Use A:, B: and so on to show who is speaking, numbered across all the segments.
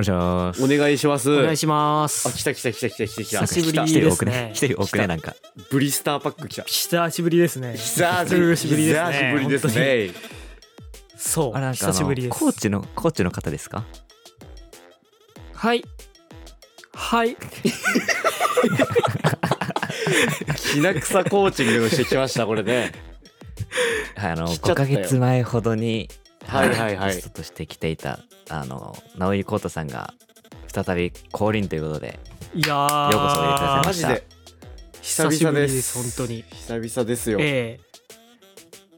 A: 願いします。
B: お願いします。
C: お願いします
B: あ、来た来た来た来た来た来
C: 久
B: た。
C: しぶり
A: 一人
C: で
A: 多
C: す
A: くね
C: ね。
A: 一人多く
B: 来た
A: ね、なんか。
B: ブリスターパック来た。
C: 久しぶりですね。
B: 久
C: しぶりですね
B: 久しぶりですね。
C: そ
A: あれな
C: う、
A: んかあ
C: 久し
A: の
C: ぶりです。
A: コーチの、コーチの方ですか
C: はい。はい。
B: きな草コーチングをしてきました、これね。
A: はい、あの、
B: 来ち
A: 5
B: ゃった
A: ヶ
B: よ
A: 月前ほどに、
B: はいはいはい
A: ゲストとして来ていた、あの、直井コートさんが、再び降臨ということで、
C: いやー。
A: ようこそおいでくださいま
B: マ
A: し
B: ジ
A: た
B: で。久
C: 久し
B: 々
C: ぶり
B: で
C: です
B: す。
C: 本当に
B: 久々ですよ。い
C: え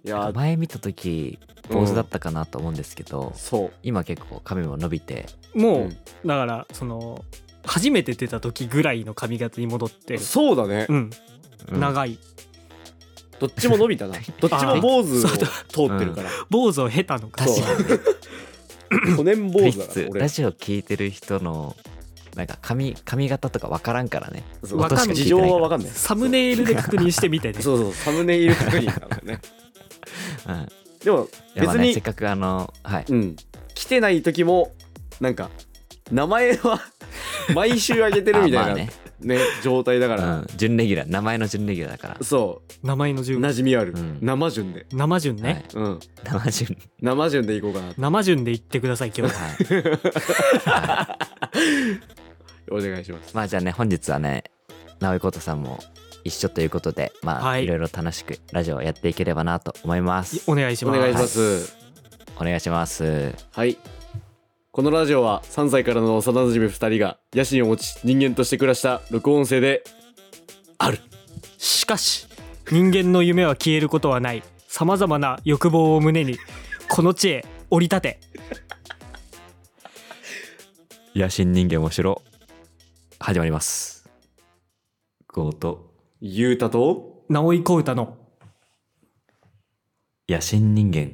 B: やー、
A: 前見た時、坊主だったかなと思うんですけど、
B: そう。
A: 今結構髪も伸びて、
C: えもう、
B: うん
C: だからその初めて出た時ぐらいの髪型に戻って、
B: そうだね
C: う。ん、
A: うん
C: 長い
B: どっちも伸びた な。どっちも坊主を通ってるから。
C: 坊主を経たのか
B: そう。去年坊
A: と言い
B: 主だ
A: つ
B: から
A: つ、
B: 俺
A: ラ。ジオ聞いてる人の、なんか髪、髪型とかわからんからね。
B: そう
C: わかんない
B: 事情はわかんない。
C: サムネイルで確認してみ てね
B: そうそう、サムネイル確認なのね。
A: うん。
B: でも、
A: いやまあ
B: 別
A: ね、せ
B: に
A: っ、かくあの、はい。
B: うん。来てない時も、なんか、名前は、 毎週あげてるみ
A: あま
B: た
A: あ
B: いな
A: ね、
B: ね、状態だか
A: う
B: ら、
A: ん、準レギュラー、名前の準レギュラーだから。
B: そ
C: 名前の
B: う、
C: 順
B: 馴染みある
A: うん。
B: 生順で。
C: 生順ね、
A: はい
B: うん。
A: 生順。
B: 生順でいこうかな。
C: 生順で言ってください今日は
A: はい。
B: お願いします。
A: まあじゃあね本日はね直井ことさんも一緒ということでまあ、、
C: はいい
A: ろいろ楽しくラジオをやっていければなと思います
C: お願いし
B: お
C: ます
B: 願いします。
A: お願いします
B: はい。このラジオは3歳からの幼馴染2人が野心を持ち人間として暮らした録音声で
C: しかし人間の夢は消えることはないさまざまな欲望を胸にこの地へ降り立て
A: 野心人間もしろ始まります強盗
B: ゆうたと
C: 直井小唄の
A: 野心人間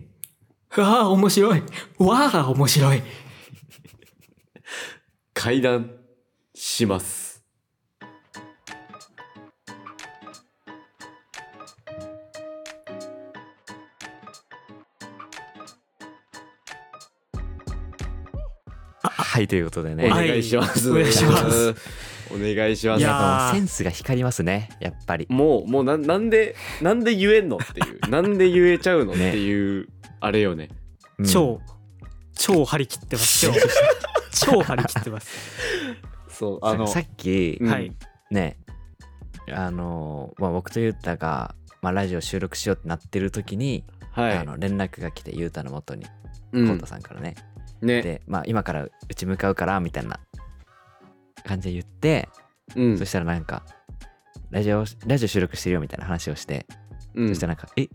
C: わあ面白いわあ面白い
B: 会談します。
A: はいということで
B: お
A: ね、
C: はい
B: 願いします。
C: お願いします。
B: お願いしま
C: い
B: す。
C: や
A: なんかもうセンスが光りますねやっぱり
B: もう、もうな、なんで、なんで言えんのっていう、なんで言えちゃうのっていう、あれよね。
A: うん
C: 超、超張り切ってます今日超張り切ってます
B: そう、
A: さ
B: あの、
A: さっき、
B: うん
C: はい
A: ねあのまあ僕とゆうたが、まあ、ラジオ収録しようってなってる時に、
B: はい。
A: あの連絡が来てゆうたの元に
B: う
A: コウ
B: ん
A: タ、さんからね、
B: ね、
A: で、まあ、今からうち向かうからみたいな感じで言って、
B: うん
A: そ、したらなんかラジオラジオ収録してるよみたいな話をして、
B: うん
A: そしたらなんか「え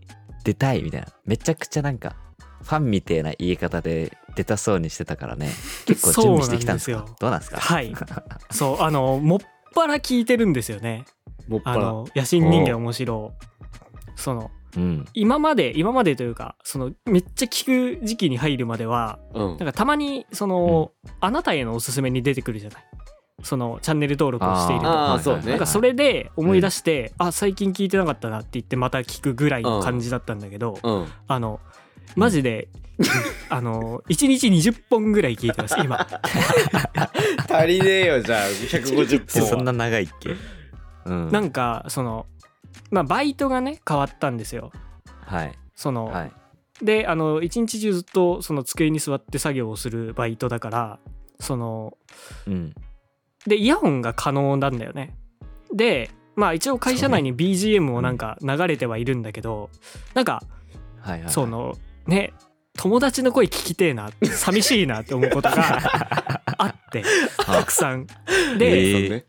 A: 出たい」みたいなめちゃくちゃなんかファンみてえな言い方で出たそうにしてたから ね結構準備してきたんですか
C: そうなんですよ
A: どうなんですか
C: はい そうあのもっぱら聞いてるんですよね
B: もっぱ
C: あ
B: ら。
C: の野心人間面白いその
A: うん
C: 今まで今までというかそのめっちゃ聞く時期に入るまでは
B: うん
C: なん。かたまにその、あなたへのおすすめに出てくるじゃないそのチャンネル登録をしていると
B: あー
C: か
B: そうね
C: なんかそれで思い出して、あ最近聞いてなかったなって言ってまた聞くぐらいの感じだったんだけど、
B: うん。
C: あのマジで、あの1日20本ぐらい聞いてます今
B: 足りねえよ、じゃあ、150
A: え
B: 本は。
A: そんな長いっけうん
C: なんかそのまあバイトがね変わったんですよ
A: はい
C: その、
A: はい
C: であの一日中ずっとその机に座って作業をするバイトだからその
A: うん
C: でイヤホンが可能なんだよねでまあ一応会社内に BGM をなんか流れてはいるんだけど、なんか
A: はいはい
C: そのね友達の声聞きてえな寂しいなって思うことがあってたくさんで、
A: えー
B: そうね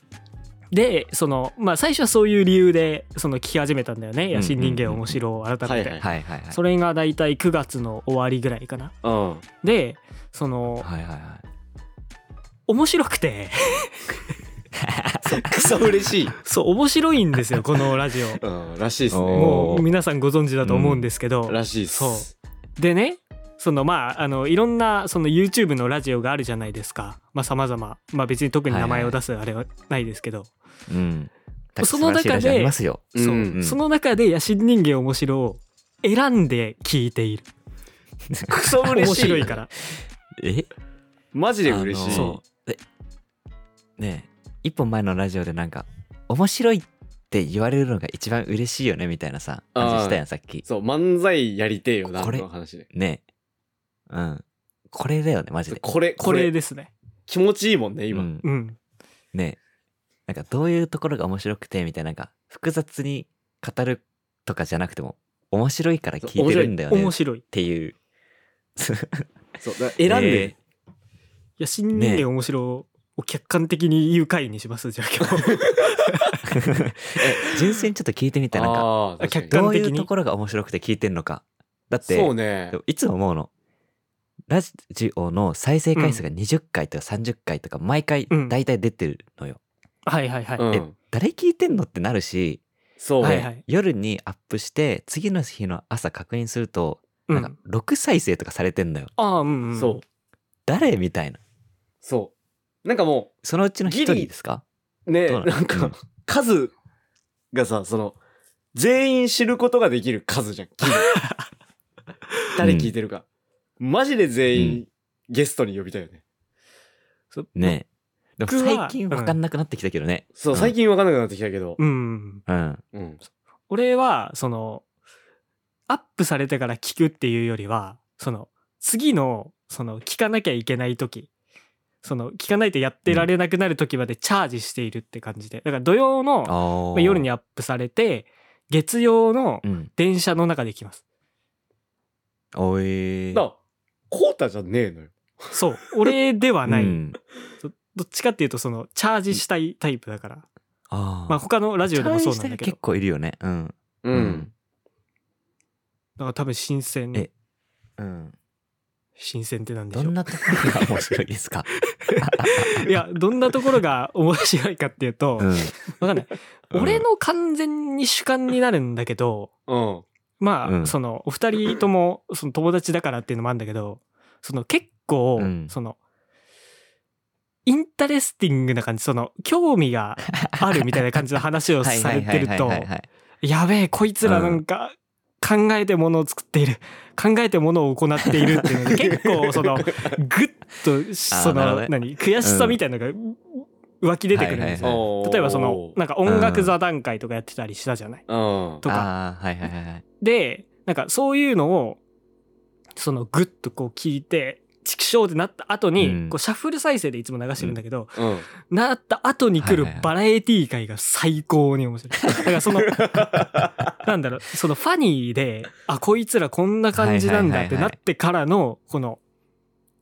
C: でそのまあ最初はそういう理由でその聞き始めたんだよね「野心人間面白を改めて、
B: はいはい
A: はいはいはい
C: それが大体9月の終わりぐらいかな
B: うん。
C: でその
A: はいはいはい
C: 面白くて
B: くそ嬉しい。
C: そう面白いんですよこのラジオ
B: うん、らしいです
A: お
B: ね。
C: もう皆さんご存知だと思うんですけど、
B: らしいっす。
C: そうでねそのまああのいろんなその YouTube のラジオがあるじゃないですかまあさまざままあ別に特に名前を出すあれはないですけど、
A: うん
C: その
A: 素晴ら
C: 中で
A: しいラジオありますよ
C: そう
B: うんうん
C: その中で野心人間面白を選んで聞いている
B: くそ嬉しい。
C: 面白いから
A: え
B: マジで嬉
A: あ
B: し
A: の
B: い。
C: そ
A: ねえ一本前のラジオでなんか面白いって言われるのが一番嬉しいよねみたいなさ話したやんさっき
B: そう、漫才やりてえよな、
A: これ
B: の話ね。
A: ねえうんこれだよねマジで
B: これ、こ
C: これ
B: れ、
C: ですね
B: 気持ちいいもんね、今。
A: うん
C: うん
A: ねえなんかどういうところが面白くてみたいななんか複雑に語るとかじゃなくても面白いから聞いてるんだよね
C: 面
A: っ
C: 白いい
A: ていう
B: そう、だから選んで、
A: ね
C: や新年面白を客観的に言う回にしますじゃあ今日
A: え純粋にちょっと聞いてみたなんか
B: ああ、客
C: 客観
B: 観
A: どうい
C: 的
A: う
C: に
A: ところが面白くて聞いてんのかだって
B: そうね
A: で。もいつも思うの。ラジオの再生回数が20回とか30回とか毎回
C: うん
A: 大体出てるのよ。
C: はいはいはい、
B: う
A: え
B: ん。
A: 誰聞いてんのってなるし、
B: そう。
C: はいはい
A: 夜にアップして次の日の朝確認すると、
C: う、
A: なんんか6再生とかされてんのよ。
C: ああうんうん
B: そう。
A: 誰みたいな。
B: そう。なんかも
A: そのうちの一人
B: ギリ
A: ですか
B: う、ね、
A: どうなの
B: なん
A: う
B: か
A: ん、
B: 数がさ、その、全員知ることができる数じゃん。 ギリ誰聞いてるか。マジで全
A: う
B: 員、ゲストに呼びたいよね。
A: ねえ。でも
C: 僕
A: 最
C: は
A: 近わかんなくなってきたけどね。
B: そう、
A: ん
B: 最近わかんなくなってきたけど。
C: うん
A: うん。
B: うん。
C: 俺はそのアップされてから聞くっていうよりはその次のその聞かなきゃいけない時その聞かないとやってられなくなる時までチャージしているって感じでだから土曜の
A: あ
C: まあ
A: あ。
C: 夜にアップされて月曜の
A: うん。
C: 電車の中で聞きます
A: おい。
B: だから、コータじゃねえのよ。
C: そう俺ではない、
A: うん
C: どどっちかっていうとそのチャージしたいタイプだから
A: ああ。
C: まあ他のラジオでもそ
A: チャー
C: うなんだ
A: ジした人
C: けど
A: 結構いるよね。うん。
B: う。。
A: うん
C: だから多分新鮮
A: えうん。
C: 新鮮ってなんで
A: ど
C: しょうん
A: なところが面白いですか
C: いやどんなところが面白いかっていうと、
A: うん。
C: わかんない。
A: うん
C: 俺の完全に主観になるんだけど、
B: うん。
C: まあ、
A: うん
C: その、お二人とも、その友達だからっていうのもあるんだけど、その結構、
A: うん
C: その、インタレスティングな感じ、その、興味があるみたいな感じの 話をされてると、
A: い。
C: やべえ、こいつらなんか、考えてものを作っている、考えてものを行っているってい うので、結構、その、ぐっと、そ
A: なるほどね
C: の、何、悔しさみたいなのが、湧き出てくるんですよ。
A: はい
B: 例
C: 例えばそのなんか音楽座談会とかやってたりしたじゃない。
B: うん
C: とか
A: ああ、はいはいはいはい。
C: でなんかそういうのをそのグッとこう聞いてチキショーってなった後に、
A: うん
C: こうシャッフル再生でいつも流してるんだけど、
B: うん。
C: なった後に来
A: はい
C: る
A: はいはい
C: バラエティー会が最高に面白 い。だからそのなんだろうそのファニーであこいつらこんな感じなんだってなってからのこの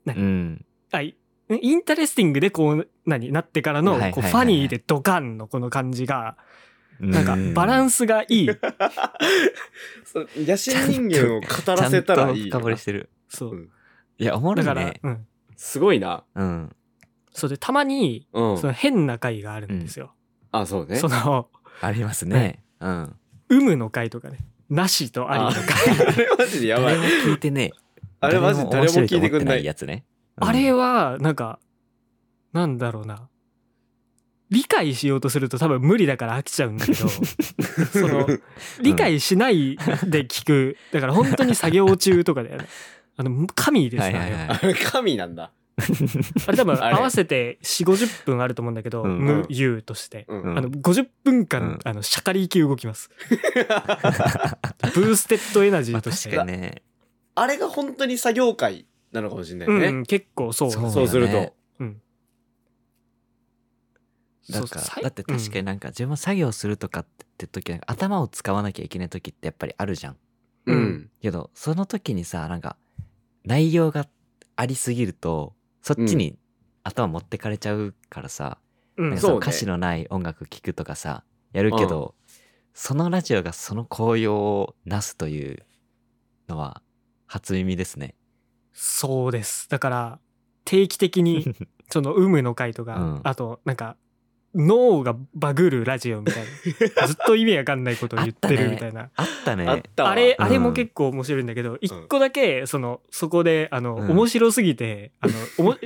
A: うん。
C: あいインタレスティングでこう何なってからの
A: はいはい
C: こう
A: はいはい
C: ファニーでドカンのこの感じが
A: な
C: なんかバラ
A: ン
C: ンスがいい。
B: そう野心人間を語らせたらいい
A: 深掘りしてる。
C: そう
B: うん
A: いや、おもろ
C: だ
A: い
C: から、
A: ね。
C: うん。
B: すごいな
A: うん。
C: そうで、たまに、
B: うん
C: その変な回があるんですよ。
B: あそうね
C: その、
A: ありますね。うん。
C: 有無の回とかね。なしとありの 回。
B: あれマジでやばい
A: 誰も聞いてねえ。
B: あれマジで誰も
A: 面白
B: 聞いて
A: と思
B: く
A: っ
B: んない
A: やつね。うん
C: あれは、なんか、なんだろうな。理解しようとすると多分無理だから飽きちゃうんだけど、その、理解しないで聞く。だから本当に作業中とかだよね。あの、神です
A: は
C: よ
A: い
C: ね。
A: はいはい。
B: あれ神なんだ
C: あれ多分
B: あれ
C: 合わせて4、50分あると思うんだけど、
A: うん
C: 無言として。
B: うん
A: うん
C: あの50分間、
A: うん
C: あのシャカリキ動きます。 ブーステッドエナジ
A: ま
C: ー
A: あ
C: として、
A: 確かにね。
B: あれが本当に作業会なのかもしれない
C: うんう
B: ね
C: ん、結構そう
A: そう
B: そうする
A: だ
B: と
A: ねだ
C: そう
A: か
C: さい
A: だって確かになんか自分作業するとかって時なんか頭を使わなきゃいけない時ってやっぱりあるじゃん。
C: うん
A: けどその時にさなんか内容がありすぎるとそっちに頭持ってかれちゃうからさ、
C: うん
A: なんかそ
B: そうね
A: の歌詞のない音楽聴くとかさやるけど、そのラジオがその紅葉をなすというのは初耳ですね。
C: そうですだから定期的に その有無の回とか、
A: うん
C: あとなんか脳がバグるラジオみたい なずっと意味わかんないことを言ってるみたいな。あ
A: あったね。
B: あったわ
C: れ、
A: うん
C: あれも結構面白いんだけど、一個だけ、その、そこで、あの、
A: うん
C: 面白すぎて、あの、お も、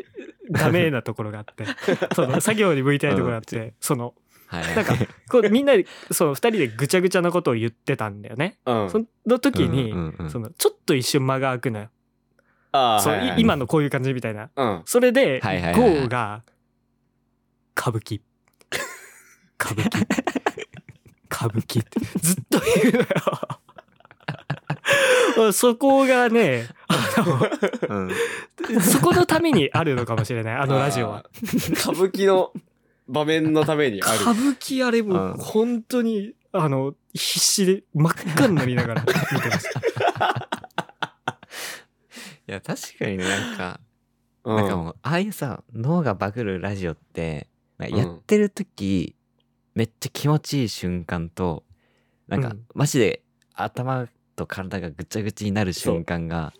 C: ダメなところがあって、その、作業に向いてないところがあって、その、
A: はいはい
C: なんかこうみんなでそう2人でぐちゃぐちゃなことを言ってたんだよね。
B: うん
C: その時に、
A: うんうんうん
C: そのちょっと一瞬間が空くのよ。
B: あー
C: そう
B: はい
C: い
B: はい
C: 今のこういう感じみたいな。
B: うん
C: それで、
A: はいはいはいはい
C: ゴーが「歌舞伎。歌舞伎。歌舞伎ってずっと言うのよ。 そこがね、あ
A: うん。
C: の、そこのためにあるのかもしれない、あのラジオは。
B: あー。歌舞伎の場面のためにあ
C: 歌
B: る。
C: 舞伎あれも
A: うん
C: 本当に、あの、必死で真っ赤になりながら見てました。
A: いや、確かにね、なんか、
B: うん
A: なんかもう、ああいうさ、脳がバグるラジオって、なんか
B: うん
A: やってる時、めっちゃ気持ちいい瞬間と、なんか、
C: うん
A: マジで頭と体がぐちゃぐちゃになる瞬間が、なん
C: あ
A: か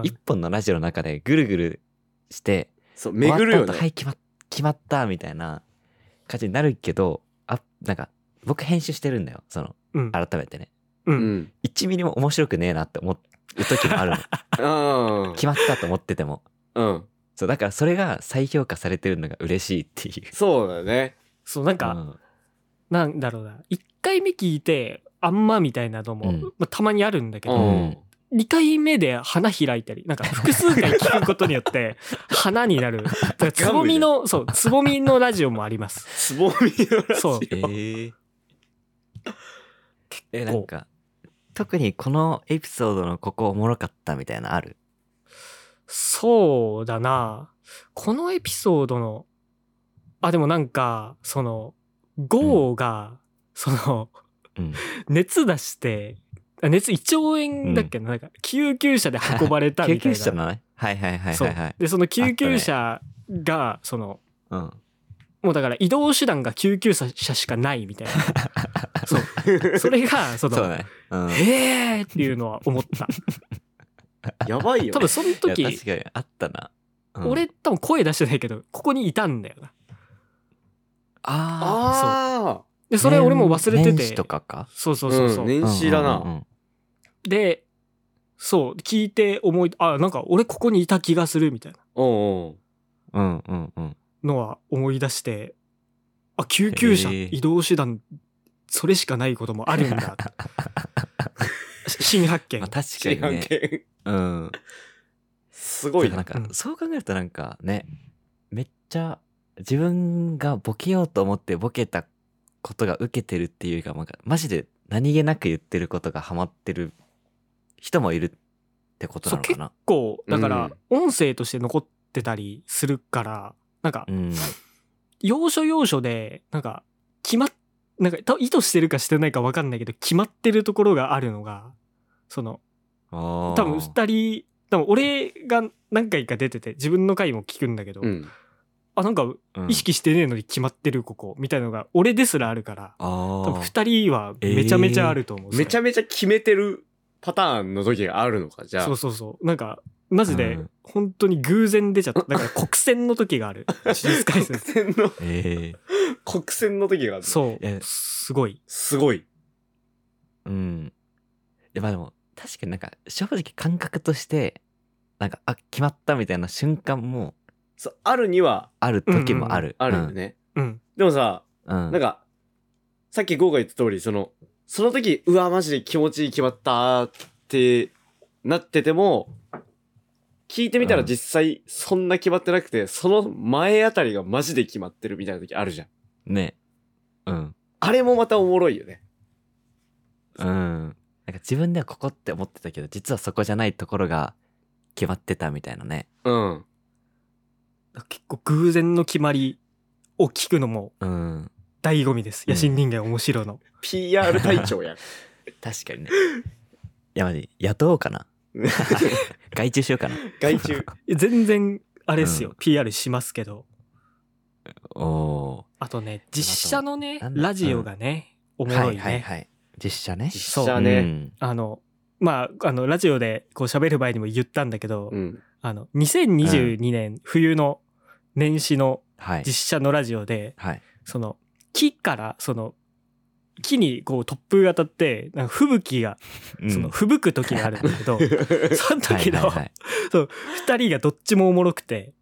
C: あ、
A: 一本のラジオの中でぐるぐるして、
B: そう、巡る
A: 終
B: よ
A: わった後
B: ね
A: は。い、決まっ決まった、みたいな感じになるけど、あ、なんか、僕編集してるんだよ、その、
C: うん。
A: 改めてね。
C: う。
B: うんん。
A: 1ミリも面白くねえなって思う時もある の。
B: うん。
A: 決まったと思ってても。
B: うん。
A: そう、だからそれが再評価されてるのが嬉しいっていう。
B: そうだよね。
C: そう、なんか、
A: うん
C: なんだろうな1回目聞いてあんまみたいなのも、
A: うん
C: まあ、たまにあるんだけ
B: う
C: ど、
B: ん。
C: 2回目で花開いたりなんか複数回聞くことによって花になるだからつぼみのそうつぼみのラジオもあります
B: つぼみのラジオ。
C: そう
A: えーえ、なんか、特にこのエピソードのここおもろかったみたいなのある
C: そうだなこのエピソードのあでもなんかそのゴーが、その
A: うん。
C: 熱出してあ熱胃腸炎だっけな,、なんか救急車で運ばれた
A: 救
C: みたい
A: 急
C: な
A: 車のね。はいはいはい
C: そ
A: は
C: う
A: いはい。
C: でその救急車が、その
A: うん。
C: もうだから移動手段が救急車しかないみた いなそうそれがその
A: そうね。うん。
C: へーっていうのは思った
B: やばいよ
C: 多
B: ね。
C: 分その
A: いや
C: 時
A: 確かにあったな。うん
C: 俺多分声出してないけどここにいたんだよな
A: ああ。
B: ああ。
C: でそれ俺も忘れて
A: 年始
C: て
A: とかか。
C: そうそうそうそう、
B: ん年始だ
A: うんうん
B: な。
A: うん
C: でそう聞いて思いあなんか俺ここにいた気がするみたいな
B: うんうん。
A: うんうんうん。
C: のは思い出してあ救急車
A: へー
C: 移動手段それしかないこともあるん だし新発見
A: まあ確
B: 新
A: かに
B: 案
A: ね。
B: 件。
A: うん。
B: すごい
A: なん
B: な。
A: か
C: う、ん
A: そう考えるとなんかね、めっちゃ自分がボケようと思ってボケたことが受けてるっていうよりか、なんかマジで何気なく言ってることがハマってる人もいるってことなのかな。
C: 結構だから音声として残ってたりするから、なんか
A: うん。
C: 要所要所でなんか決まっなんか多分意図してるかしてないか分かんないけど決まってるところがあるのがその
A: 多
C: 多分2人多分俺が何回か出てて自分の回も聞くんだけど、
B: うん。
C: あなんか意識してねえのに決まってるここみたいのが俺ですらあるから
A: あ
C: 多
A: ー
C: 分2人はめちゃめちゃあると思う、
B: めちゃ
C: め
B: めちゃ決めてるパターンの時があるのか、じゃあ。
C: そうそうそうなんかマジで
A: うん
C: 本当に偶然出ちゃっただから国選の時がある呪術廻戦
B: 国選の、
A: ええ
B: 国選の時がある。
C: そ
A: え
C: う。すごい。
B: すごい。
A: うん。いやまあでも、確かになんか、正直感覚として、なんか、あ、決まったみたいな瞬間も
B: そう、あるには
A: ある時もある。
B: あるよね。
C: うん。
B: でもさ、
A: うん。
B: なんか、さっきゴーが言った通り、その、その時、うわ、マジで気持ちいい決まったってなってても、聞いてみたら
A: うん
B: 実際そんな決まってなくて、その前あたりがマジで決まってるみたいな時あるじゃん。
A: ね。うん。
B: あれもまたおもろいよね。
A: うん。なんか自分ではここって思ってたけど、実はそこじゃないところが決まってたみたいなね。
B: うん。
C: 結構偶然の決まりを聞くのも
A: うん。
C: 醍醐味です。
A: うん
C: 野心人間面白の。
B: PR 隊長やん。
A: 確 かにね。いや、マジ、雇おうか な。外注しようかな。
B: 外注。
C: 全然、あれっすよ、
A: う
C: PR しますけど。
A: おお
C: あとね、実写のね
A: な、んだ
C: ラジオがね、お
A: ー。
C: もろいね。
A: はいはいはい。実写ね。
B: 実写ね。
C: あの、まあ、あの、ラジオでこう喋る前にも言ったんだけど、
B: うん。
C: あの、2022年冬の年始の
A: はい。
C: 実写のラジオで、
A: はい。
C: その、木から、その、木にこう突風が当たって、なんか吹雪が その、吹雪く時があるんだ けど、 その時
A: はい
C: の
A: はいはい
C: 二人がどっちもおもろくて、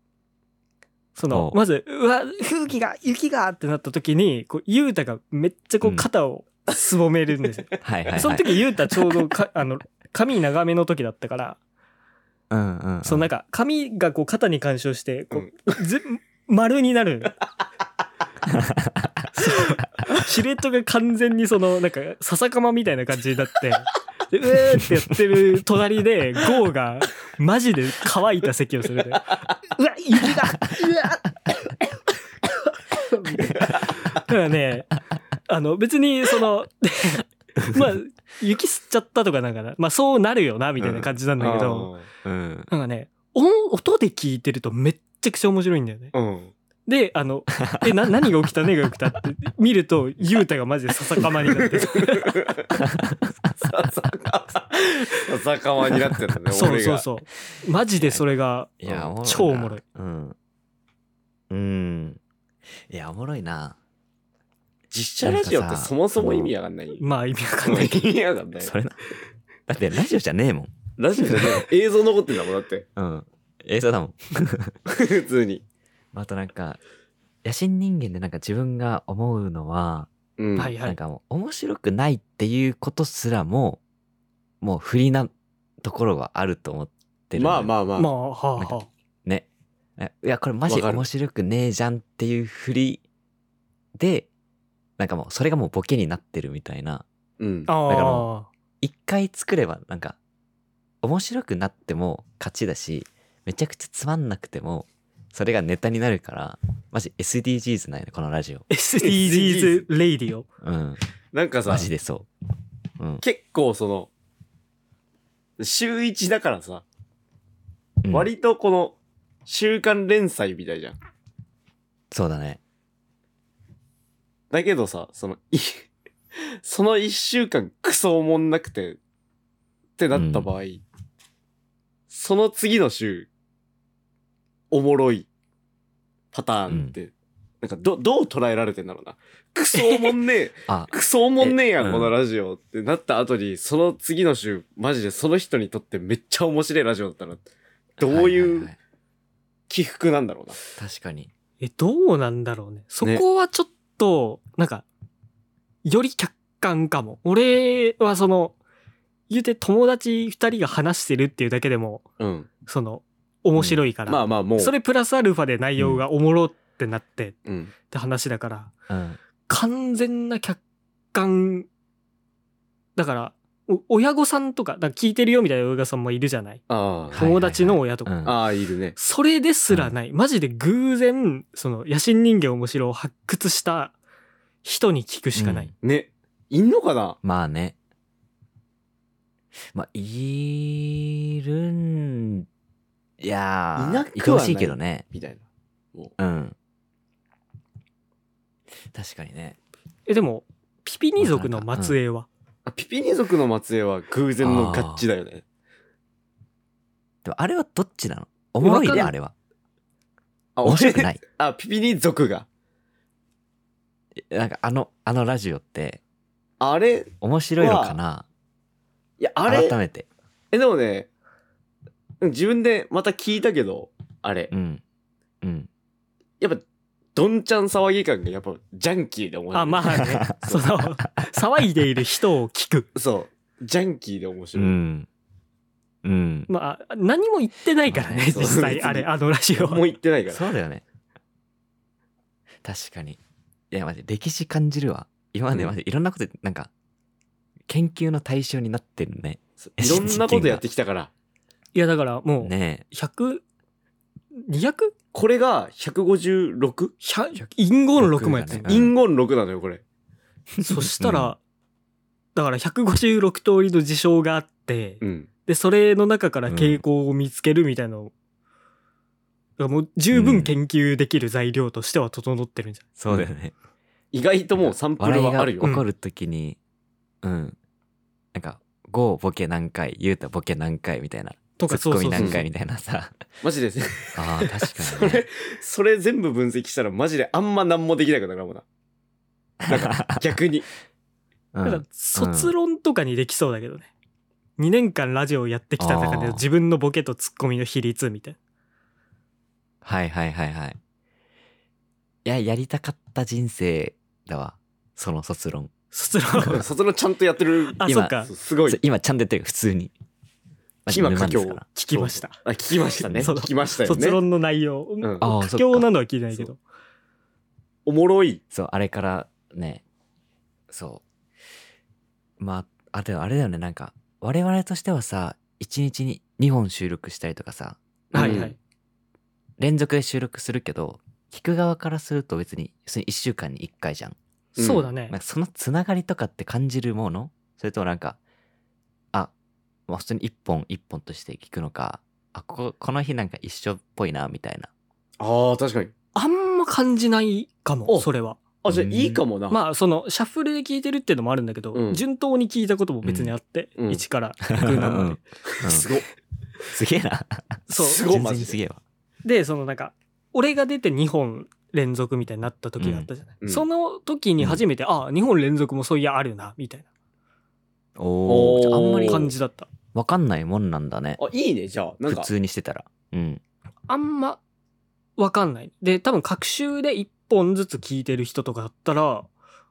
C: その
A: お、う
C: まず、うわ、吹雪が、雪がってなった時に、こう、ゆうたがめっちゃこ
A: う
C: うん肩をすぼめるんですよ。
A: はいはいはい。
C: その時ゆうたちょうどか、あの、髪長めの時だったから、
A: うんうんうん。
C: そのなんか、髪がこう肩に干渉して、こ
B: うん
C: う、ぜ、丸になる。シルエットが完全にそのなんか笹かまみたいな感じになってでうーってやってる隣でゴーがマジで乾いた席をするで「うわ雪だうわだからねあの別にそのまあ雪吸っちゃったとかなんかな、まあ、そうなるよなみたいな感じなんだけど、
A: うん。
C: なんかね、音、音で聞いてるとめっちゃくちゃ面白いんだよね。
B: あーうん。
C: で、あの、え、 な、何が起きた何が起きたって見ると、ゆうたがマジで笹かまになってる。
B: 笹川になってるんだね、
C: そう
B: 俺
C: そう
B: が。
C: そう。マジでそれが、
A: いや、おもろいな
C: 超おもろい。
A: うん。うん。いや、おもろいな。
B: 実写ラジオってそもそも意味わかんない。意
C: まあ意味わかんないけど。
B: 味わかんない。
A: それな。だってラジオじゃねえもん。
B: ラジオじゃない。映像残ってんだもん、だって。
A: うん。映像だもん。
B: 普通に。
A: あとなんか、野心人間でなんか自分が思うのは、
B: うん。
C: はいは
A: なん
C: い。
A: かもう面白くないっていうことすらも、もう不利なところがあると思ってる。
B: まあまあまあ。
C: まあ、はあは
A: ね。えいや、これマジ
B: わかる
A: 面白くねえじゃんっていうふりで、なんかもうそれがもうボケになってるみたいな。
B: うん。
C: あ。
A: だから
C: あ
A: 一回作ればなんか、面白くなっても勝ちだし、めちゃくちゃつまんなくても、それがネタになるから、マジ SDGs なんよね、このラジオ。
C: あ。SDGs レイディオ。
A: うん。
B: なんか
A: マ
B: さ、
A: ジでそう。うん。
B: 結構その、週一だからさ、
A: うん
B: 割とこの、週刊連載みたいじゃん。
A: そうだね。
B: だけどさ、その、い その一週間クソおもんなくて、ってなった場合、その次の週、おもろいパターンって、なんかど、どう捉えられてんだろうな。クソおもんねえ、
A: あ、
B: クソおもんねえや、
A: えうんん
B: このラジオってなった後に、その次の週、マジでその人にとってめっちゃ面白いラジオだったな。どう
A: はいはい
B: い
A: は
B: う
A: い
B: 起伏なんだろうな。
A: 確かに。
C: え、どうなんだろうね。そこはちょっと、なんか、より客観かも。俺はその、言うて友達二人が話してるっていうだけでも、
B: うん。
C: その、面白いから。
B: まあまあもう。
C: それプラスアルファで内容がおもろってなってっ
B: うん。
C: て話だから、
A: うん。
C: 完全な客観、だから、お親御さんとか、だから聞いてるよみたいな親御さんもいるじゃない。
B: あ
A: はい
B: あ。
C: 友達の親とか。
A: うん
B: ああ、いるね。
C: それですらない。マジで偶然、その、野心人間面白を発掘した人に聞くしかない。
A: うん
B: ね。いんのかな
A: まあね。まあ、いるん、いやー、
B: いなくはない
A: てほしいけどね。
B: みたいな。
A: うん。確かにね。
C: え、でも、ピピニ族の末裔は、
B: あピピニ族の末裔は偶然の合致だよね。
A: でも、あれはどっちなのおもろい
B: わかん
A: ね、
B: ない
A: あれは。
B: あ
A: 面白くない。
B: 俺あ、ピピニ族が。
A: なんか、あの、あのラジオって、
B: あれ
A: 面白いのかない
B: や、あ
A: 改
B: れ
A: めて。
B: え、でもね、自分でまた聞いたけど、あれ
A: う。ん。うん。
B: やっぱ、どんちゃん騒ぎ感がやっぱ、ジャンキーで面白い。
C: あ、ま あね、その、騒いでいる人を聞く。
B: そう。ジャンキーで面
A: う
B: 白い。
A: ん。うん。
C: まあ、何も言ってないからね、
A: まあそう
C: 実際、あれ、あのラジオは
B: もう言ってな いから。
A: そうだよね。確かに。いや、マジ、歴史感じるわ。今まで
B: うん
A: マジ、いろんなこと、なんか、研究の対象になってるね。
B: そういろんなことやってきたから。
C: いや、だからもう、
A: ね
C: 100、200?
B: これが 156?
C: 100隠語の6もやって
A: 六
C: る
A: が。ね
B: 隠言6なのよ、これ。
C: そしたら、だから156通りの事象があって、
B: うん。
C: で、それの中から傾向を見つけるみたいなのを、だからもう十分研究できる材料としては整ってるんじゃ
A: そうだよね。
B: 意外ともうサンプル
A: 笑い
B: は
A: が
B: ある
A: 起
B: よ。
A: こるときに、うん。なんか、ゴーボケ何回、ユータボケ何回みたいな。
C: ないとか、
A: ツ
C: そ
A: ッ
C: う
A: コ
C: そ
A: ミ
C: うそう
A: 何。回みたいなさ。
B: マジで。
A: ああ、確
B: そ
A: かに、ね
B: れ。、それ全部分析したらマジであんま何もできなくなるもんな。な んか、逆に。
A: う
C: だから
A: ん、
C: 卒論とかにできそうだけどね。2年間ラジオをやってきた中で
A: あー
C: 自分のボケとツッコミの比率みたいな。
A: はいはいはいはい。いや、やりたかった人生だわ。その卒論。
C: 卒論。
B: 卒論ちゃんとやってる。
C: あ、
A: 今
C: そっか
B: そ。うすごい
A: そう。今ちゃんとやってる、普通に。マジ
B: 今
A: 沼です
B: 佳境
A: から
C: 聞きました。
B: あ、聞きましたね。
C: そう
B: 聞きましたよね。
C: 卒論の内容。
B: ん
A: ああ、そ
C: 不
A: っか
C: 況なのは聞いてないけど。
B: おもろい。
A: そう、あれからね、そう。まあ、あ、でもあれだよね、なんか、我々としてはさ、1日に2本収録したりとかさ、
C: はいはい。
A: 連続で収録するけど、聞く側からすると別に、それ1週間に1回じゃん。
B: うん
C: そうだね
A: なん。かそのつながりとかって感じるものそれともなんか、あ、まあ普通に1本1本として聞くのか、あ、ここ、この日なんか一緒っぽいな、みたいな。
B: ああ、確かに。
C: あんま感じないかも、
B: お
C: それは。
B: あ、じゃあ
A: うん
B: いいかもな。
C: まあ、その、シャッフルで聞いてるっていうのもあるんだけど、
B: うん
C: 順当に聞いたことも別にあって、
B: うん
C: 1から100な
A: う
C: の
A: ん
C: で。
A: うん
B: すごい。
A: すげえな。
C: そ
B: す
C: う。
B: ごい
A: 全
B: マ
A: 然
B: ジ
A: す
B: で。
A: げえわ。
C: で、そのなんか、俺が出て2本連続みたいになった時があったじゃない。
B: うん
C: その時に初めて、あ、2本連続もそういやあるな、みたい
A: お
B: おー
A: お。じゃああんま
C: な
A: り
C: 感じだった。
A: わかんないもんなんだね。
B: あ、いいね、じゃあ。なん
A: 普
B: か。
A: 通にしてたら。うん。
C: あんま、わかんない。で、多分、各週で1本ずつ聞いてる人とかだったら、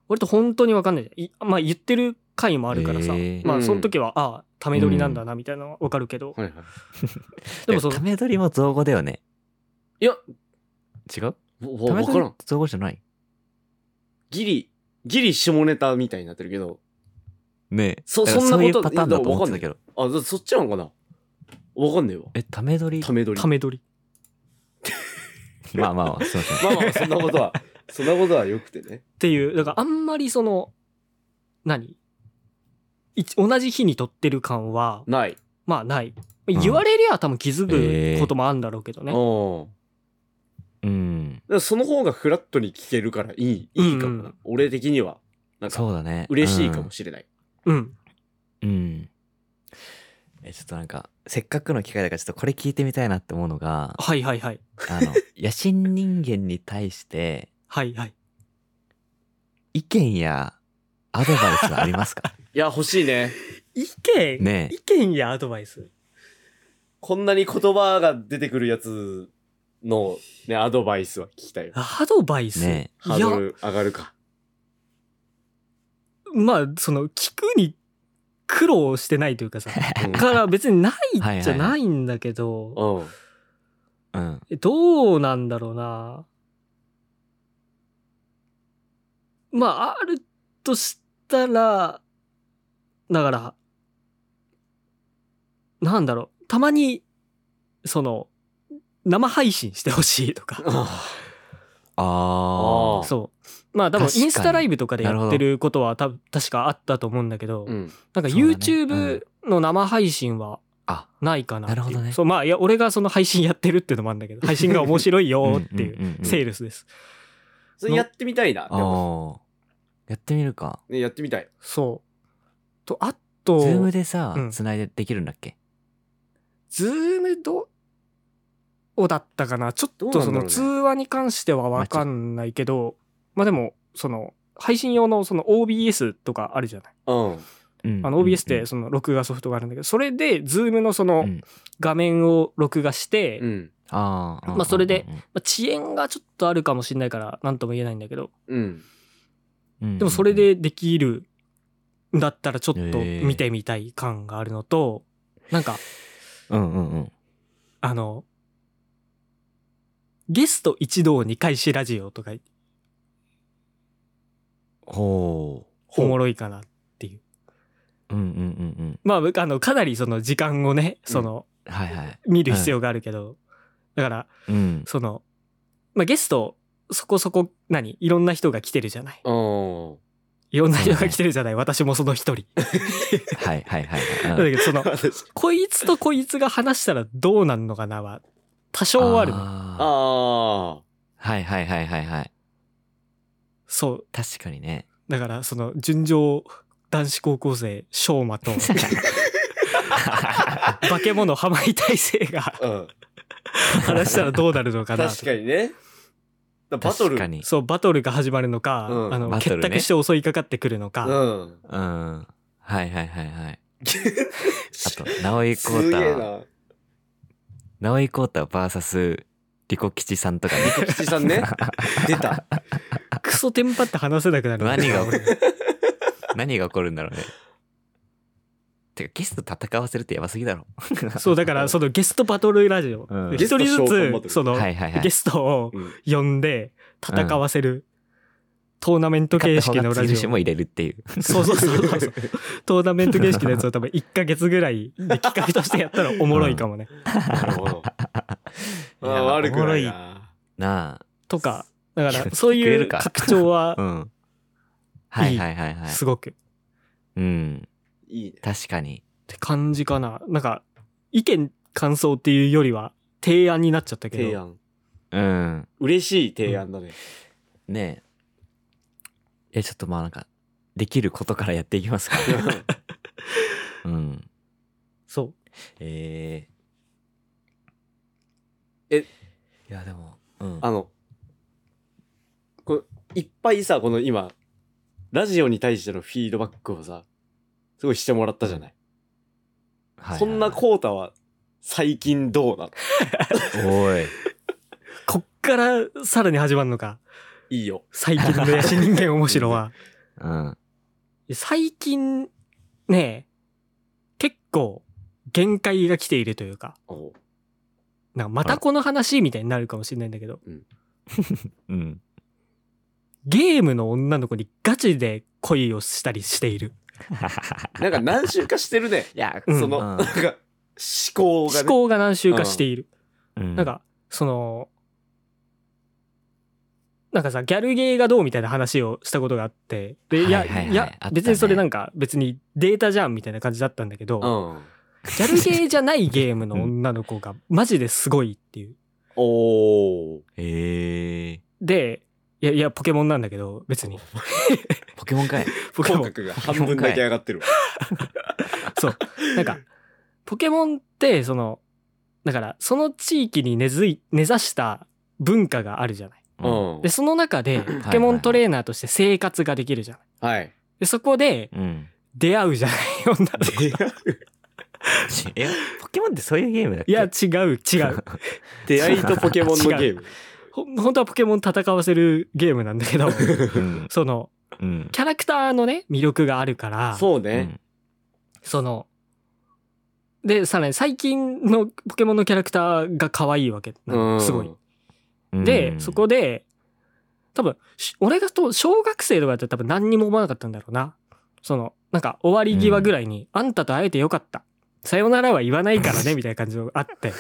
C: 割と本当にわかんないじゃんい。まあ、言ってる回もあるからさ。
A: えー
C: ま
B: う
C: あ、
B: ん
C: その時は、ああ、ため取りなんだな、みたいなのはわかるけど。
B: はいはい。
C: でも、そ
A: た
C: の、
A: め取りも造語だよね。
B: いや、
A: 違う
B: わ
A: た
B: わ
A: め
B: わ
A: 取
B: から
A: り
B: ん。
A: 造語じゃない。
B: ギリ、ギリ下ネタみたいになってるけど。
A: ねえ。
B: そ
A: だから
B: そんなこと
A: そういうパターンだと思ってたけど。
B: あ、だそっちなのかなわかんねえわ。
A: え、ため取り
B: ため撮り。
C: ため取り。
A: まあまあまあ、すいません。
B: まあまあ、そんなこ とは、そんなことはよくてね。
C: っていう、だからあんまりその、何い同じ日に撮ってる感は、
B: ない。
C: まあない。
A: ん
C: 言われりゃ多分気づくこともあるんだろうけど
B: うん。
C: ね。
B: だか
A: うん。
B: らその方がフラットに聞けるからいい、いいかも
C: う。
B: なん俺的には、なんか、
A: そうだね。
B: 嬉しいかもしれない。
C: うん。
A: うんうん。え、ちょっとなんか、せっかくの機会だからちょっとこれ聞いてみたいなって思うの が、
C: はいはいはい。
A: あの、野心人間に対して
C: はいはい。
A: 意見やアドバイスはあります か
B: いや、欲しいね。
C: 意見、
A: ねえ
C: 意見やアドバイス。
B: こんなに言葉が出てくるやつの、ね、アドバイスは聞きたいよ。
C: アドバイス、
A: ね
B: ハ
C: いや
B: ード、ル上がるか。
C: まあ、その、聞くに苦労してないというか さ、
B: うん
C: から別にないじゃ
A: は
C: ないんだけど、
B: うん。
A: え。うん。
C: えどうなんだろうな。まあ、あるとしたら、だから、なんだろう。たまに、その、生配信してほしい とか。
A: あ
B: あ
A: あ。
C: そう。まあ多分
A: 確かに
C: インスタライブとかでや
A: なる
C: っ
A: ほ
C: て
A: ど
C: ることはた確かあったと思うんだけど、
B: うん。
C: なんか
A: そうだね
C: YouTube の生配信は
A: あ、
C: ないかなっていう。
A: なるほどね
C: そう、まあいや、俺がその配信やってるっていうのもあるんだ けど、配信が面白いよーっていう。
A: んんんん
C: セールスです。
B: それやってみたいな。でも
A: ああ。やってみるか。
B: ね、やってみたい。
C: そう。と、あ
A: ズー
C: と
A: ム、でさ
C: うん、
A: つないでできるんだっけ
C: ズームどをだったかなちょっ
B: ど
C: と
B: うなん
C: そ
B: だろう
C: の
B: ね
C: 通話に関してはわかんないけど、まあでも、その、配信用のその OBS とかあるじゃない。
B: うん。
A: うん
C: あの OBS っ
A: うん
C: てその録画ソフトがあるんだけど、それでズームのそうの
A: ん
C: 画面を録画して、
B: う
C: ま
B: ん。
A: ああ。
C: まあそれで
A: うんうん
C: あ遅延がちょっとあるかもしれないから何とも言えないんだけど、
B: うん。
A: うん、
C: でもそれでできるんだったらちょっと
A: へえ
C: 見てみたい感があるのと、なんか、
A: うんうんうん。
C: あの、ゲスト一同に返しラジオとか
A: ほ
C: おもろいかなっていう。
A: う。うんうんうん
C: まあ、あの、かなりその時間をね、その、
A: うん。はいはい。
C: 見る必要があるけど、だから、
A: うん。
C: その、まあゲスト、そこそこ、何いろんな人が来てるじゃない。
B: うん。
C: いろんな
A: そう
C: 人
A: だ
C: が
A: ね
C: 来てるじゃない。私もその一人。
A: はいはいはい
C: だ
A: はい。
C: けど、その、こいつとこいつが話したらどうなんのかなは、多少あるの。
A: あー
B: あ
A: はいはいはいはいはい。
C: そう。
A: 確かに ね。
C: だから、その、純情男子高校生、翔馬 と、化け物浜井大生が
B: あ。うん。
C: 話したらどうなるのかなと
B: 確かにね。だバトル。
A: 確かに。
C: そうバトルが始まるのか、
B: うん
C: あの
A: バトル
C: 結
A: ね
C: 託して襲いかかってくるのか、
B: う
A: う
B: ん。
A: ん。はいはいはいはい。 あと、直井コ
B: す
A: ー
B: げ
A: タ
B: え
A: ー、
B: な。
A: 直井コーター VS リコ吉さんとか ね。
B: 小吉さんね。出た。
C: クソテンパって話せなくなる
A: 何が 起こる何が起こるんだろうね。てか、ゲスト戦わせるってやばすぎだろ。
C: そうだからそのゲストバトルラジオ
A: うん
C: 一人
B: ゲスト召喚バト
C: ず
B: ル
C: つその、
A: はいはいはい
C: ゲストを
B: うん
C: 呼んで戦わせる、トーナメント
A: 勝っ
C: 形
A: た方
C: 式の
A: が
C: ラ
A: 次の
C: ジ
A: 週
C: オ
A: も入れるっていう。
C: そうそうそ うそう。トーナメント形式のやつを多分1ヶ月ぐらいで企画としてやったらおもろいかもね。
B: なるほど。 あ
A: いや
B: ー悪くない
A: おも
B: な。
A: なあ。
C: とか、だから
A: や
C: そう
A: やってくれ
C: いう
A: るか
C: 拡 張は
A: うん。はいはいはいはい。
C: すごくっ
A: うん。
B: いいね。
A: 確かに。
C: て感じかな。なんか意見感想っていうよりは提案になっちゃったけど。
B: 提案。
A: うん。
B: 嬉しい提案だね。
A: ねえ。え、ちょっとまあなんか、できることからやっていきますか。うん。
C: そう。
A: えー、
B: え、
A: いやでも、うん。
B: あの、こういっぱいさ、この今、ラジオに対してのフィードバックをさ、すごいしてもらったじゃない。
A: はいはい
B: そんなコータは最近どうなの
A: おい。
C: こっからさらに始まるのか。
B: いいよ。
C: 最近の怪し人間面白は。
A: うん。
C: 最近ね、結構限界が来ているというか、
B: おう
C: なんかまたこの話みたいになるかもしれないんだけど、
A: うん。
C: ゲームの女の子にガチで恋をしたりしている。
B: なんか何週かしてるね。
A: いや、
C: うん
B: その、
A: うん
B: なんか、思考が
C: 思
B: ね。
C: 考が何周かしている。
A: な
C: なん、か、その、なんかさ、ギャルゲーがどうみたいな話をしたことがあって、で、いや、
A: はいはいはい
C: い
A: あっ
C: や
A: た、ね
C: 別にそれなんか別にデータじゃんみたいな感じだったんだけど、
B: うん。
C: ギャルゲーじゃないゲームの女の子がマジですごいっていう。
B: おー。
A: えー、
C: で、いや、いや、ポケモンなんだけど、別 に。
A: ポケモンかい。
C: ポケモ
B: 口
C: ン。
B: 角が半分だけ上がってるわ。
C: そう。なんか、ポケモンって、その、だから、その地域に根付い、根ざした文化があるじゃない。
B: うん
C: で、。その中で、ポケモントレーナーとして生活ができるじゃない。
B: はい。
C: で、そこで、
A: うん。
C: 出会うじゃない、女の子。
A: え、ポケモンってそういうゲームだっけ
C: いや、違う、違う。
B: 出会いとポケモンの ゲーム。
C: ほん本当はポケモン戦わせるゲームなんだ け ど、
A: うん。
C: その、
A: うん。
C: キャラクターのね、魅力があるから、
B: そう
A: う
B: ね。
A: ん
C: その、で、さらに最近のポケモンのキャラクターが可愛いわけな
B: う
C: の。
B: ん。
C: すごい。。
A: うん
C: で、そこで、多分、し俺がと小学生とかだったら多分何にも思わなかったんだろうな。その、なんか終わり際ぐらいに、あんたと会えてよかった。さよならは言わないからね、みたいな感じがあって、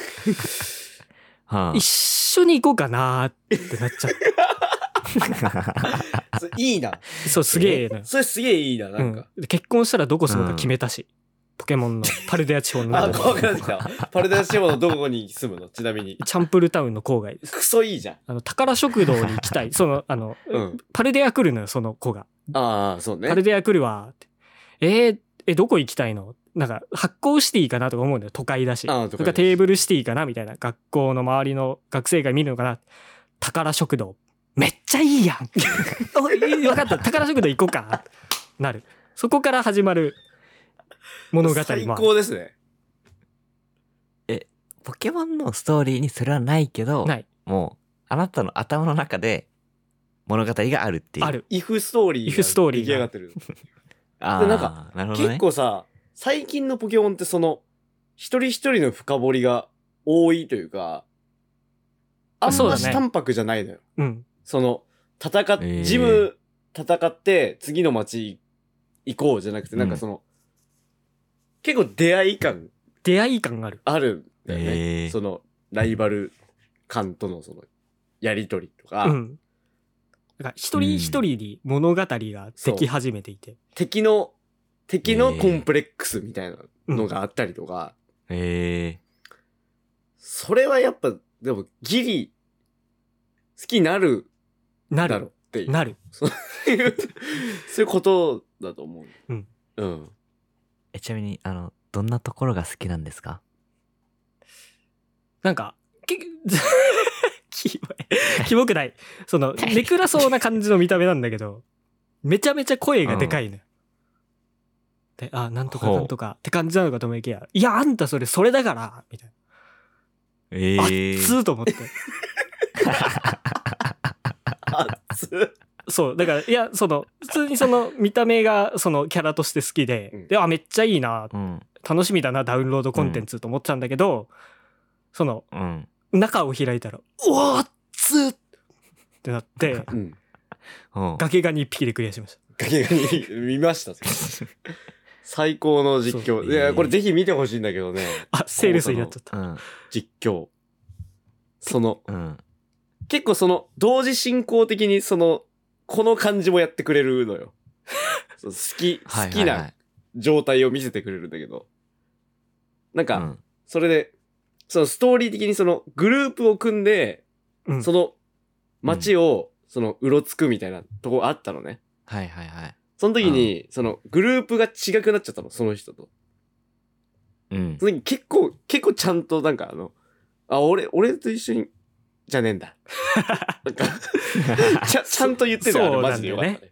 A: はあ
C: 一緒に行こうかなーってなっちゃって。
B: それいいな。
C: そう、すげえのよ。
B: それすげえいいな、なんか。
C: うん、結婚したらどこ住むか決めたし、ポケモンのパルデア地方の
B: あ、
C: 中で
B: 怖くなってきた。パルダシモのどこに住むのちなみに。
C: チャンプルタウンの郊外です。
B: クソいいじゃん。
C: あの、宝食堂に行きたい。その、あの、
B: うん。
C: パルデア来るのよ、その子が。
B: ああ、そうね
C: パ。ルデア来るわーって。えーえ、どこ行きたいのなんか、発酵シティかなとか思うんだよ。都会だし。
B: ああ、と
C: それかテーブルシティかなみたいな。学校の周りの学生街見るのかな宝食堂。めっちゃいいやん おいいわかった。宝食堂行こうか。なる。そこから始まる物語もある
B: 最高ですね。
A: ポケモンのストーリーにそれはないけど、
C: ない。
A: もう、あなたの頭の中で物語があるっていう。
C: あ。る。
B: イフストーリーが。
C: イフストーリーが
B: 出来上がってる。
A: あ
B: で
A: ーな
B: な
A: ん
B: か
A: るほどね。
B: 結構さ、最近のポケモンってその、一人一人の深掘りが多いというか、あん
A: そう
B: ま
A: だ
B: し
A: ね
B: 淡白じゃないのよ。
C: うん。
B: その、戦っ、
A: えー
B: ジム戦って、次の街行こうじゃなくて、なんかその、結構出会い感
C: 出会い感がある。
B: あるんだよね。
A: えー
B: その、ライバル感とのその、やりとりとか、
C: うん。だから一人一人に物語ができ始めていて。
B: 敵の、敵のコンプレックスみたいなのがあったりとか、
A: え
B: それはやっぱ、でも、ギリ、好きになる
C: な
B: だろう
C: る。
B: っていう。
C: なる。
B: そういうことだと思う。
C: うん。
B: うん。
A: ーえ、ちなみに、あの、どんなところが好きなんですか
C: なんか、き、 キモい。キモくない。その、ネクラそうな感じの見た目なんだけど、めちゃめちゃ声がでかいのよ。で、あ、なんとか
A: ほう
C: なんとかって感じなのかと思いきや、いや、あんたそれ、それだからみたいな。
A: え
C: あっつーと思って。
B: 熱っ
C: そう。だから、いや、その、普通にその、見た目が、その、キャラとして好きで、
B: うん
C: で、あ、めっちゃいいな、
A: うん。
C: 楽しみだな、ダウンロードコンテンツと思ってたんだけど、その、
A: うん。
C: 中を開いたら、うわーっつーってなって、
B: うん。
A: うん。
C: 崖がに一匹でクリアしました。
B: 崖がに見ました。最高の実
A: そ
B: 況。
A: う
B: いや、これぜひ見てほしいんだけどね。
C: あ、セールスになっちゃっ
A: う
C: た。
A: ん。
B: 実況。その、
A: うん。
B: 結構その、同時進行的にその、この感じもやってくれるのよ。 そう好き、
A: はいは
B: 好き
A: いは。
B: ない状態を見せてくれるんだけど。なん
A: う
B: か、
A: ん。
B: それで、そのストーリー的にそのグループを組んで、
C: うん
B: その街をそのうろつくみたいなとこあったのね。
A: はいはいはい。
B: その時に、そのグループが違くなっちゃったの、その人と。
A: うん
B: そ。の時結構、結構ちゃんとなんかあの、あ、俺、俺と一緒に、じゃねえんだ。なんか、ち ゃちゃんと言ってたよ、あれ
C: そう
B: マジでよかったね。
C: なん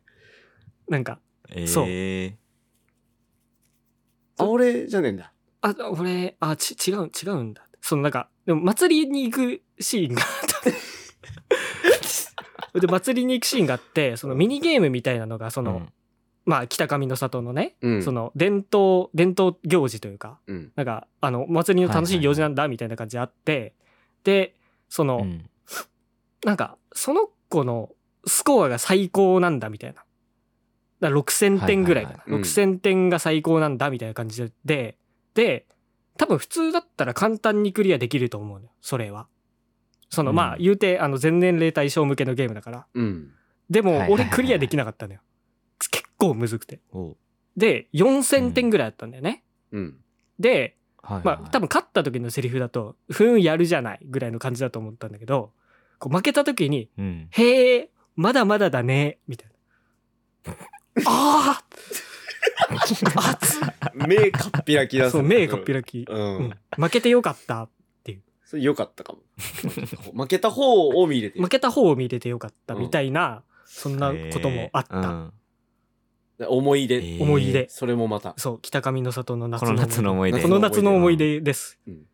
C: なんか、
A: え
C: そう
A: ー。
B: あ、俺じゃねえんだ。
C: あ、俺、あ、ち、違う、違うんだ。そのなんか、でも祭りに行くシーンがあった。で、祭りに行くシーンがあって、そのミニゲームみたいなのが、その、
A: うん
C: まあ、北上の里のね、
B: うん。
C: その伝統、伝統行事というか、
B: うん。
C: なんか、あの、お祭りの楽しい行事なんだ、みたいな感じあって、で、その、
A: うん
C: なんか、その子のスコアが最高なんだみたいな。だから6000点ぐらいかな。
A: はい
B: はいはいうん
C: 6000点が最高なんだみたいな感じで、で、多分普通だったら簡単にクリアできると思うのよ、それは。その、
A: うん
C: まあ、言うて、あの、全年齢対象向けのゲームだから。
B: うん。
C: で
A: はいはい
C: も、
A: はいは
C: 俺
A: い
C: クリアできなかったのよ。結構むずくて。
A: おう
C: で、4000点ぐらいあったんだよね。
B: うん。
C: で、
A: はいはい
C: まあ、多分勝った時のセリフだと、ふーんやるじゃないぐらいの感じだと思ったんだけど、こう負けた時に、
A: うん。
C: へえ、まだまだだね、みたいな。あ あ熱
B: 目かっぴらきだ
C: っそう、目かっぴらき。
B: う
C: うんん。。負けてよかった。
B: それ良かったか も。負けた方を見れてる
C: 負けた方を見れてよかった、みたいな、そんなこともあっ
A: えーう
C: た。
A: ん
B: 思い
A: え
B: 出。
A: ー
C: 思い出
B: それもまた。
C: そう、北上の里の夏
A: この夏の思い出。
C: この夏の思い出です
B: うん。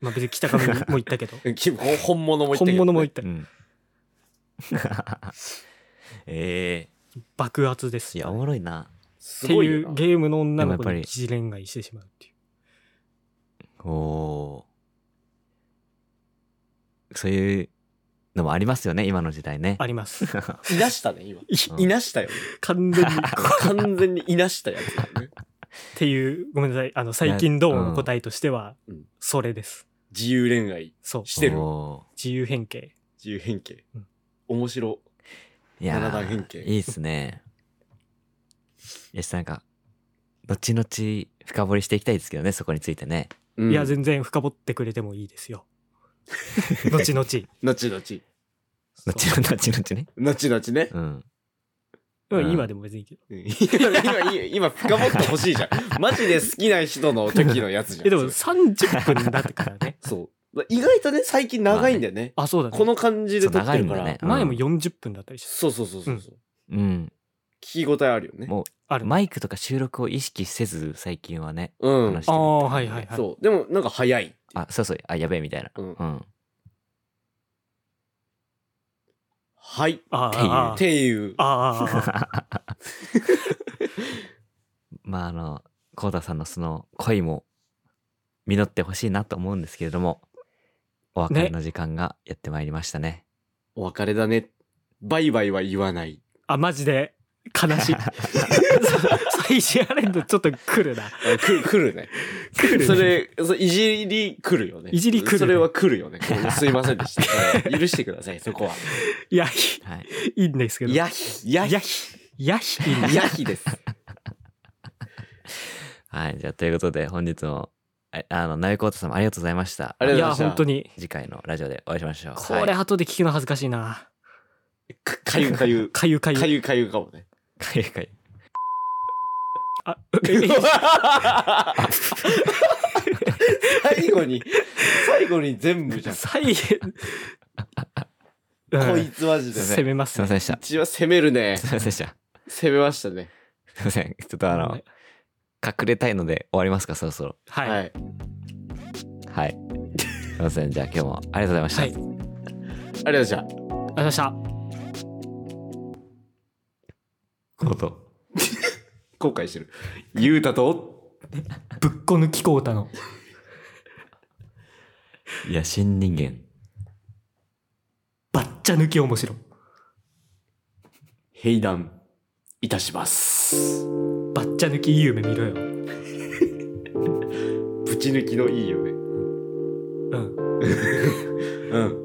C: まあ別に北上も言った けど、
B: き本物も言ったけどね
C: 本物も言った
A: う。ん。 え
C: 爆発です。
A: ー。いや、お
C: っ
A: もろいな。
B: す
C: て
B: ごい
C: い
B: よ
C: う
B: な。
C: ゲームの女の
A: で
C: 子
A: もやっ
C: に
A: ぱり
C: 一連がしてしまうっていう。
A: おおー。そういうのもありますよね、今の時代ね。
C: あります。
B: いなしたね、今。
A: うん
B: いなしたよ。
C: 完全に。っ
B: 完全にいなしたやつだよ ね。
C: ていう、ごめんなさい。あの、最近どうの答えとしては
B: うん、
C: それです。
B: 自由恋愛
C: そう。
B: してる。
A: お
C: 自由変形。
B: 自由変形
C: うん。
B: 面白。
A: ーいや
B: 七段変
A: ー、
B: 形
A: いいっすね。よし、なんか、後々深掘りしていきたいですけどね、そこについてね。
B: うん
C: いや、全然深掘ってくれてもいいで すよ。後々。
B: 後々。後
A: 後々、後々ね。
B: 々ね。
A: うん。
C: うん今でも別にいいけど。
B: うん今、 今、今、深掘ってほしいじ ゃん。マジで好きな人の時のやつじゃん。
C: え、でも
B: そ。
C: 30分だったからね
B: れそう。意外とね、最近長いんだよね。
C: あ、そうだね。
B: この感じで撮ってるか
A: そう長いんだ
B: ら
A: ね。
C: 前も40分だったりして。
B: そうそうそうそうそう。
A: うん。
B: 聞き応えあるよね。
A: も
C: あ
A: う、
C: る。あ
A: マイクとか収録を意識せず、最近はね、
B: うん
A: 話し。て
C: あ
A: るみ
C: ー、
A: た
C: はいい
A: な
C: はいはい。
B: そう。でも、なんか早い。
A: あ、そうそう、あ、やべえみたいな。
B: うん
A: うん。
B: はい。っ
C: あ
A: っていう
C: あー、
B: ていう。
C: あーあー、あ ーあー。
A: まああの、コーダさんのその恋も実ってほしいなと思うんですけれども、お別れの時間がやってまいりましたね。
B: お別れだね。バイバイは言わない。
C: あ、マジで、悲 しい。そういじられるとちょっと来るな。
B: あく来るね。
C: 来るね
B: それ、そいじり来るよね。
C: いじり来るね
B: それは来るよね。すいませんでした。許してください、そこは。
C: いや、
A: はい。
C: いいんですけど。
B: やひ、やひ、
C: やひ。やひ、いいんです
B: やひです。
A: はい。じゃあ、ということで、本日も、ああの、なゆこうたさんもありがとうございました。
B: ありがとうございま
C: い
B: す
C: や、本当に。
A: 次回のラジオでお会いしましょう。
C: これ
A: はい、
C: 後で聞くの恥ずかしいな。
B: かかゆかゆ。
C: かゆかゆ
B: か。ゆかゆかも ね。
A: かゆかゆ
C: あ、え
B: 最後に、最後に全部じゃん。
C: 最 後、
B: こ
C: う
B: い
C: ん
B: つマジでね。
C: 攻めます
A: すいま
C: ね。
A: せんでした。
B: 一応攻めるね
A: す。いませんでした。
B: 攻めましたね。
A: すいません。ちょっとあの、
C: はい
A: 隠れたいので終わりますか、そろそろ。
C: はい。
B: はい。
A: はい。すいません。じゃあ、今日もありがとうございました。
C: は
B: あ
C: い
B: りがとうございました。
C: ありがとうございました。
A: コート
B: 後悔してる。ゆうたと、
C: ぶっこ抜きこうたの。
A: 野心人間。
C: ばっちゃ抜き面白。
B: 閉壇いたします。
C: バッチャ抜きいい夢見ろよ。
B: ぶち抜きのいいよね。
C: うん。
B: うん。